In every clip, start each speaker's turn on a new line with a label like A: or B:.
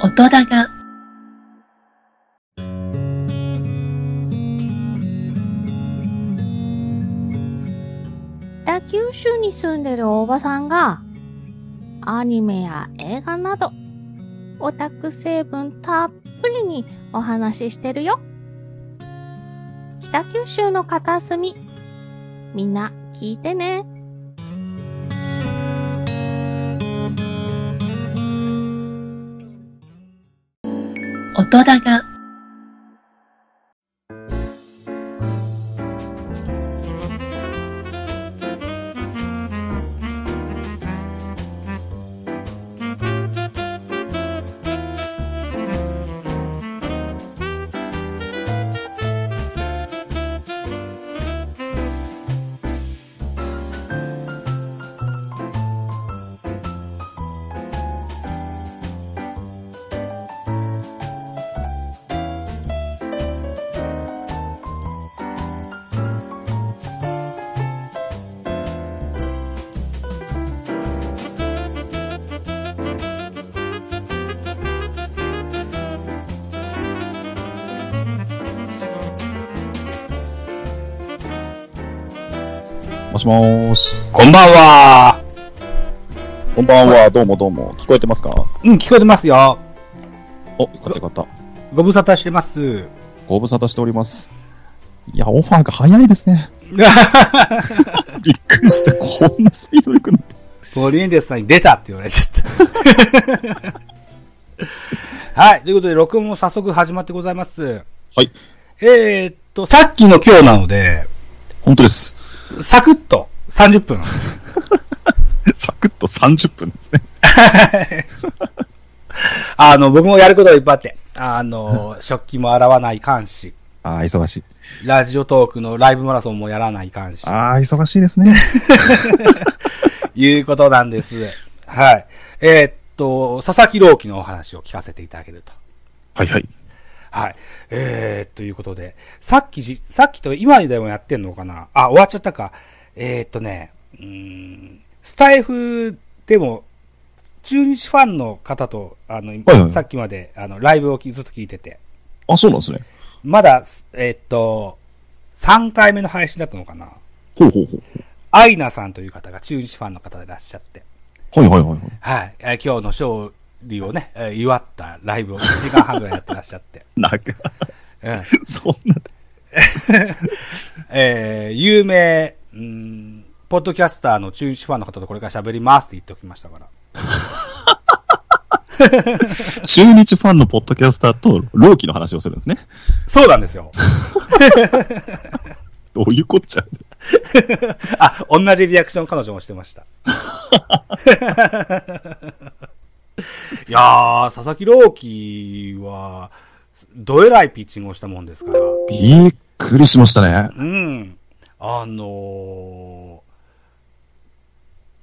A: 音だが
B: 北九州に住んでるおばさんが、アニメや映画など、オタク成分たっぷりにお話ししてるよ。北九州の片隅、みんな聞いてね。
A: 音だが
C: もしもーし。
D: こんばんは。
C: こんばんは、どうもどうも。聞こえてますか
D: うん、聞こえてますよ。
C: お、よかったよかった。
D: ご無沙汰してます。
C: ご無沙汰しております。いや、オファーが早いです ね。びっくりした。こんなスピードで来るの
D: ボリエンデスさんに出たって言われちゃった。 はい。ということで、録音も早速始まってございます。
C: はい。
D: えー、っと、さっきの今日なので、
C: 本当です。
D: サクッと30分。
C: サクッと30分ですね。
D: あの、僕もやることがいっぱいあって、あ の、食器も洗わない監視、
C: ああ、忙しい。
D: ラジオトークのライブマラソンもやらない監視、
C: ああ、忙しいですね。
D: いうことなんです。はい。えー、っと、佐々木朗希のお話を聞かせていただけると。
C: はいはい。
D: はい。えー、ということで、さっきじ、さっきと今でもやってんのかなあ、終わっちゃったか。えー、っとね、うーん、スタイフでも、中日ファンの方と、あの、
C: はいはい
D: さっきまで、あの、ライブをきずっと聞いてて、
C: あ、そうなんですね。
D: まだ、すえーっと、3回目の配信だったのかな
C: ほうほうほ
D: アイナさんという方が中日ファンの方でいらっしゃって、
C: う。はいはいはいはい。
D: はい。えー今日の勝利をね、えー祝ったライブを1時間半ぐらいやってらっしゃって、
C: なんか、
D: うん。
C: そんな、
D: えー有名、うん、ポッドキャスターの中日ファンの方とこれから喋りますって言っておきましたから。
C: 中日ファンのポッドキャスターと、ローキの話をするんですね。
D: そうなんですよ。
C: どういうこっちゃ。
D: あ、同じリアクション彼女もしてました。いやー、佐々木朗希は、どえらいピッチングをしたもんですから。
C: びっくりしましたね。
D: うん。あのー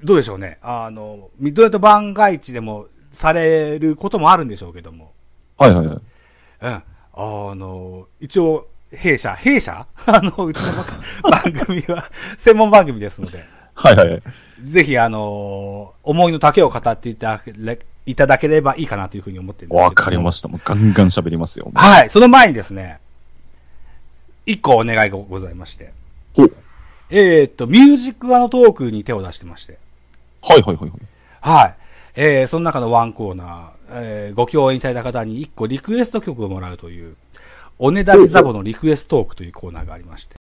D: どうでしょうね。あの、ミッドナイト番外地でもされることもあるんでしょうけども。
C: はいはいはい。
D: うん。あの、一応、弊社、弊社 あの、うちの番組は、専門番組ですので、
C: はいはいはい。
D: ぜひ、あの、思いの丈を語っていただけれいただければいいかなというふうに思ってるんですけど。
C: わかりま した。もうガンガン喋りますよ。
D: はい、その前にですね、一個お願いがございまして。
C: ほう
D: えーっと、ミュージックアのトークに手を出してまして。
C: はいはいはいはい。
D: はい。えー、その中のワンコーナー、えーご共演いただいた方に一個リクエスト曲をもらうという、おねだりザボのリクエストトークというコーナーがありまして。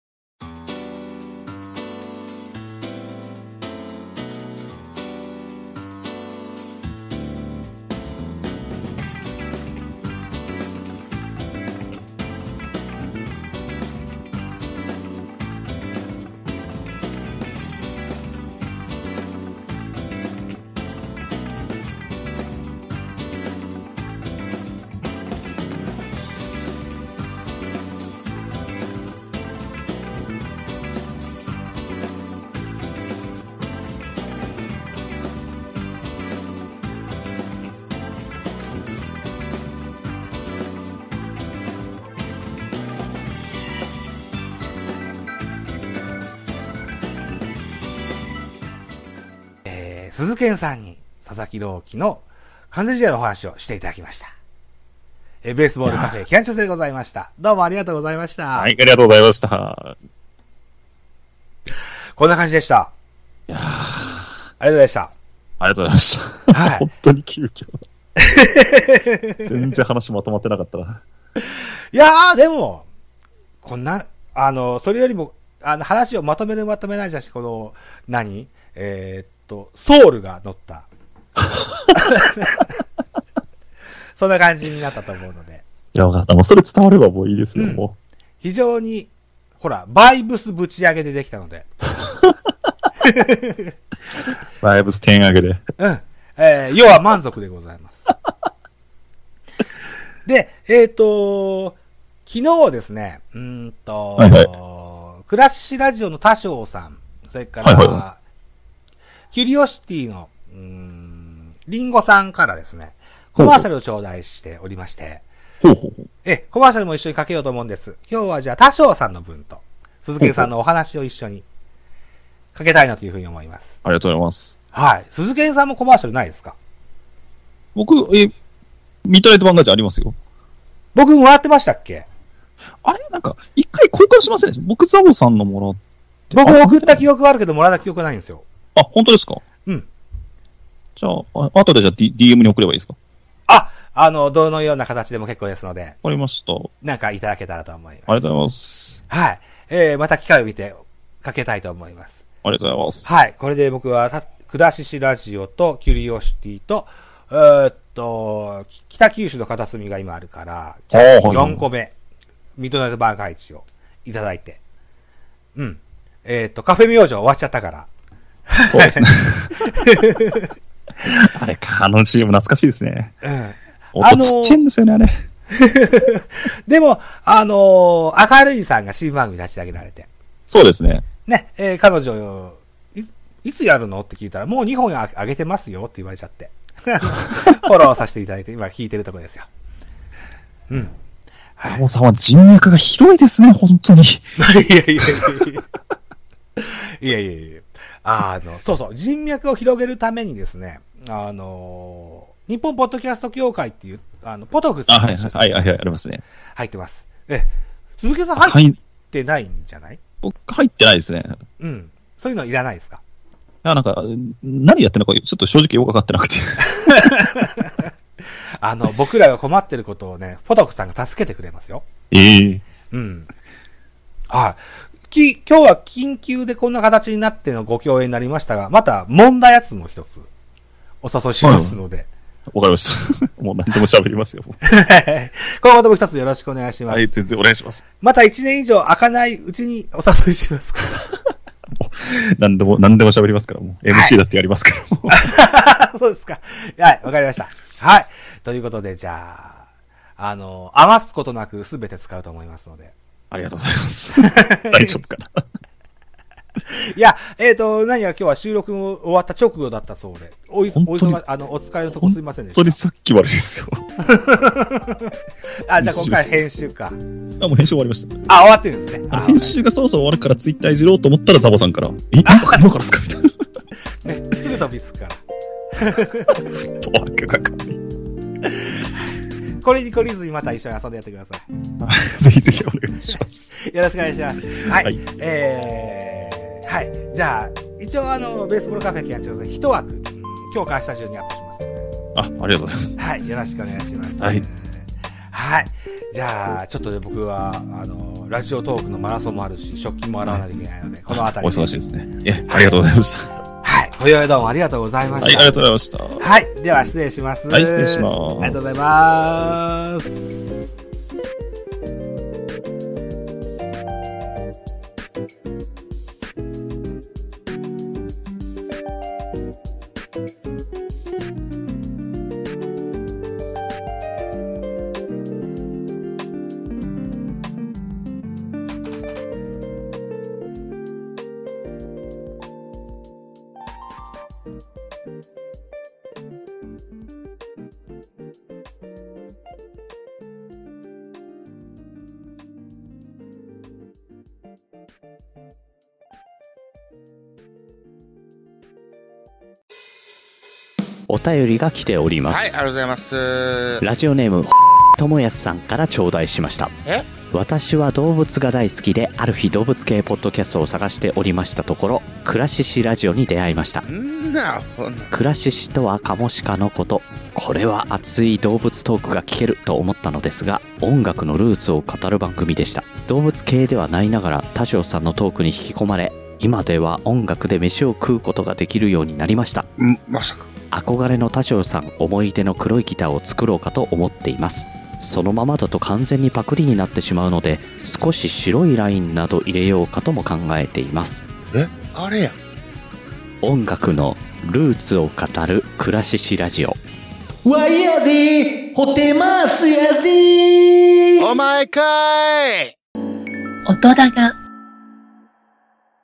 D: えー、鈴賢さんに佐々木朗希の完全試合のお話をしていただきました。えーベースボールカフェ、キャンチョスでございました。どうもありがとうございました。
C: はい、ありがとうございました。
D: こんな感じでした。
C: いやー
D: ありがとうございました。
C: ありがとうございました。
D: はい
C: 本当に急 遽。全然話まとまってなかったな。
D: いやー、でも、こんな、あの、それよりも、あの、話をまとめるまとめないじゃし、この、何えーっと、ソウルが乗った。 そんな感じになったと思うので、
C: いや、わかった。もうそれ伝わればもういいですよ、
D: うん
C: も
D: 非常に、ほら、バイブスぶち上げでできたので、
C: う。バイブス点上げで。
D: うん。えー要は満足でござい ます。で、えっ、と、昨日ですね、うーんと、
C: はい
D: クラッシュラジオの多少さん、それから、
C: はいは
D: キュリオシティの、うーん、リンゴさんからですね、コマーシャルを頂戴しておりまして、
C: ほうほうほう。
D: え、コマーシャルも一緒にかけようと思うんです。今日はじゃあ、多少さんの分と、鈴木さんのお話を一緒にかけたいなというふうに思います。
C: ありがとうございます。
D: はい。鈴木さんもコマーシャルないですか
C: 僕、え、ミッドナイト漫画じゃありますよ。
D: 僕もらってましたっけ
C: あれなんか、一回交換しませんでした僕、ザボさんのもらっ
D: 僕送った記憶があるけど、もらった記憶ないんですよ。
C: あ、本当ですか
D: うん。
C: じゃあ、あ後でじゃあ、D、DM に送ればいいですか
D: あ、あの、どのような形でも結構ですので、
C: わかりました。あり
D: なんかいただけたらと思います。
C: がとうございます。
D: はい。えー、また機会を見て、かけたいと思います。
C: ありがとうございます。い。
D: はい。これで僕は、たクラシシラジオと、キュリオシティと、えーっと、き北九州の片隅が今あるから、
C: あーはい
D: 4個目、ミッドナイトバーガーチをいただいて、うん。えーっと、カフェ明星終わっちゃったから、
C: そうですね。 あれか、あの CM 懐かしいですね。
D: うん。あ
C: 音
D: のー
C: ちっちゃいんですよね、あれ。
D: でも、あのー明るいさんが新番組立ち上げられて、
C: そうですね。
D: ね、えー彼女い、いつやるのって聞いたら、もう2本あ上げてますよって言われちゃって、 フォローさせていただいて、今聞いてるところですよ。うん。
C: ラモさんは人脈が広いですね、本当に。
D: いやいやいやいや。いやいやいやあの、そうそう、人脈を広げるためにですね、あのー日本ポッドキャスト協会っていう、あの、ポトフさ
C: あ、
D: ん
C: は
D: が
C: い、はい、はい、はい、ありますね。
D: 入ってます。え、鈴木さん
C: は
D: 入っ
C: い、
D: てないんじゃない
C: 僕入ってないですね。
D: うん。そういうのいらないですか
C: あなんか、何やってるのか、ちょっと正直よくわかってなくて。
D: あの、僕らが困ってることをね、 ポトフさんが助けてくれますよ。
C: ええ
D: うん。はい。き、今日は緊急でこんな形になってのご共演になりましたが、また問題やつも一つお誘いしますので、
C: わかりました。 もう何でも喋りますよ。
D: 今後とも一つよろしくお願いします。
C: はい、全然お願いします。
D: また一年以上開かないうちにお誘いしますか
C: 何でも、何でも喋りますから、もう。MC だってやりますから、もう。
D: ら。そうですか。はい、わかりました。はい。ということで、じゃあ、あの、余すことなくすべて使うと思いますので。
C: ありがとうございます。 大丈夫かな。
D: いや、えっ、と、何や今日は収録も終わった直後だったそうで、おい、お
C: 本当に
D: 忙あの、お疲れのとこすいませんで
C: 本当に
D: し
C: さっき悪いですよ。
D: た。あ、じゃあ今回編集か。
C: あ、もう編集終わりました。
D: あ、終わってるんですね。
C: あ
D: あ
C: の編集がそろそろ終わるからツイッターいじろうと思ったらザボさんから、え、今から今からですかみたいな。
D: ね、すぐ飛びつくから。
C: とわけがかんない
D: これに懲りずにまた一緒に遊んでやってください。
C: はいぜひぜひお願いします。
D: よろしくお願いします。はい。
C: はい
D: えー、はい。じゃあ、一応あの、ベースボールカフェキャンチョーズ一枠、うん今日か明日中にアップしますので、
C: あ、ありがとうございます。
D: はい。よろしくお願いします。
C: はい。
D: はい。じゃあ、ちょっとね、僕は、あの、ラジオトークのマラソンもあるし、食器も洗わないといけないので、この
C: お
D: 辺りで。
C: 忙しいですね。え、ありがとうございました。は
D: はい。今宵どうもありがとうございま
C: い、あり
D: し
C: がとう
D: た。
C: ございました。
D: はい。では、失礼します。
C: はい失礼します
D: ありがとうございます。
E: お便りが来ておりま
F: はい、あり
E: す、
F: がとうございます。
E: ラジオネーム智康さんから頂戴しました
F: え
E: 私は動物が大好きである日動物系ポッドキャストを探しておりましたところクラシシラジオに出会いました
F: んなほん
E: クラシシとはカモシカのことこれは熱い動物トークが聞けると思ったのですが音楽のルーツを語る番組でした動物系ではないながら多少さんのトークに引き込まれ今では音楽で飯を食うことができるようになりました
F: んまさか
E: 憧れの多少さん思い出の黒いギターを作ろうかと思っていますそのままだと完全にパクリになってしまうので少し白いラインなど入れようかとも考えています
F: えあれや
E: 音楽のルーツを語るクラシシラジオ
G: わいやで、ホテマースやで。
F: お前かい
A: 音だが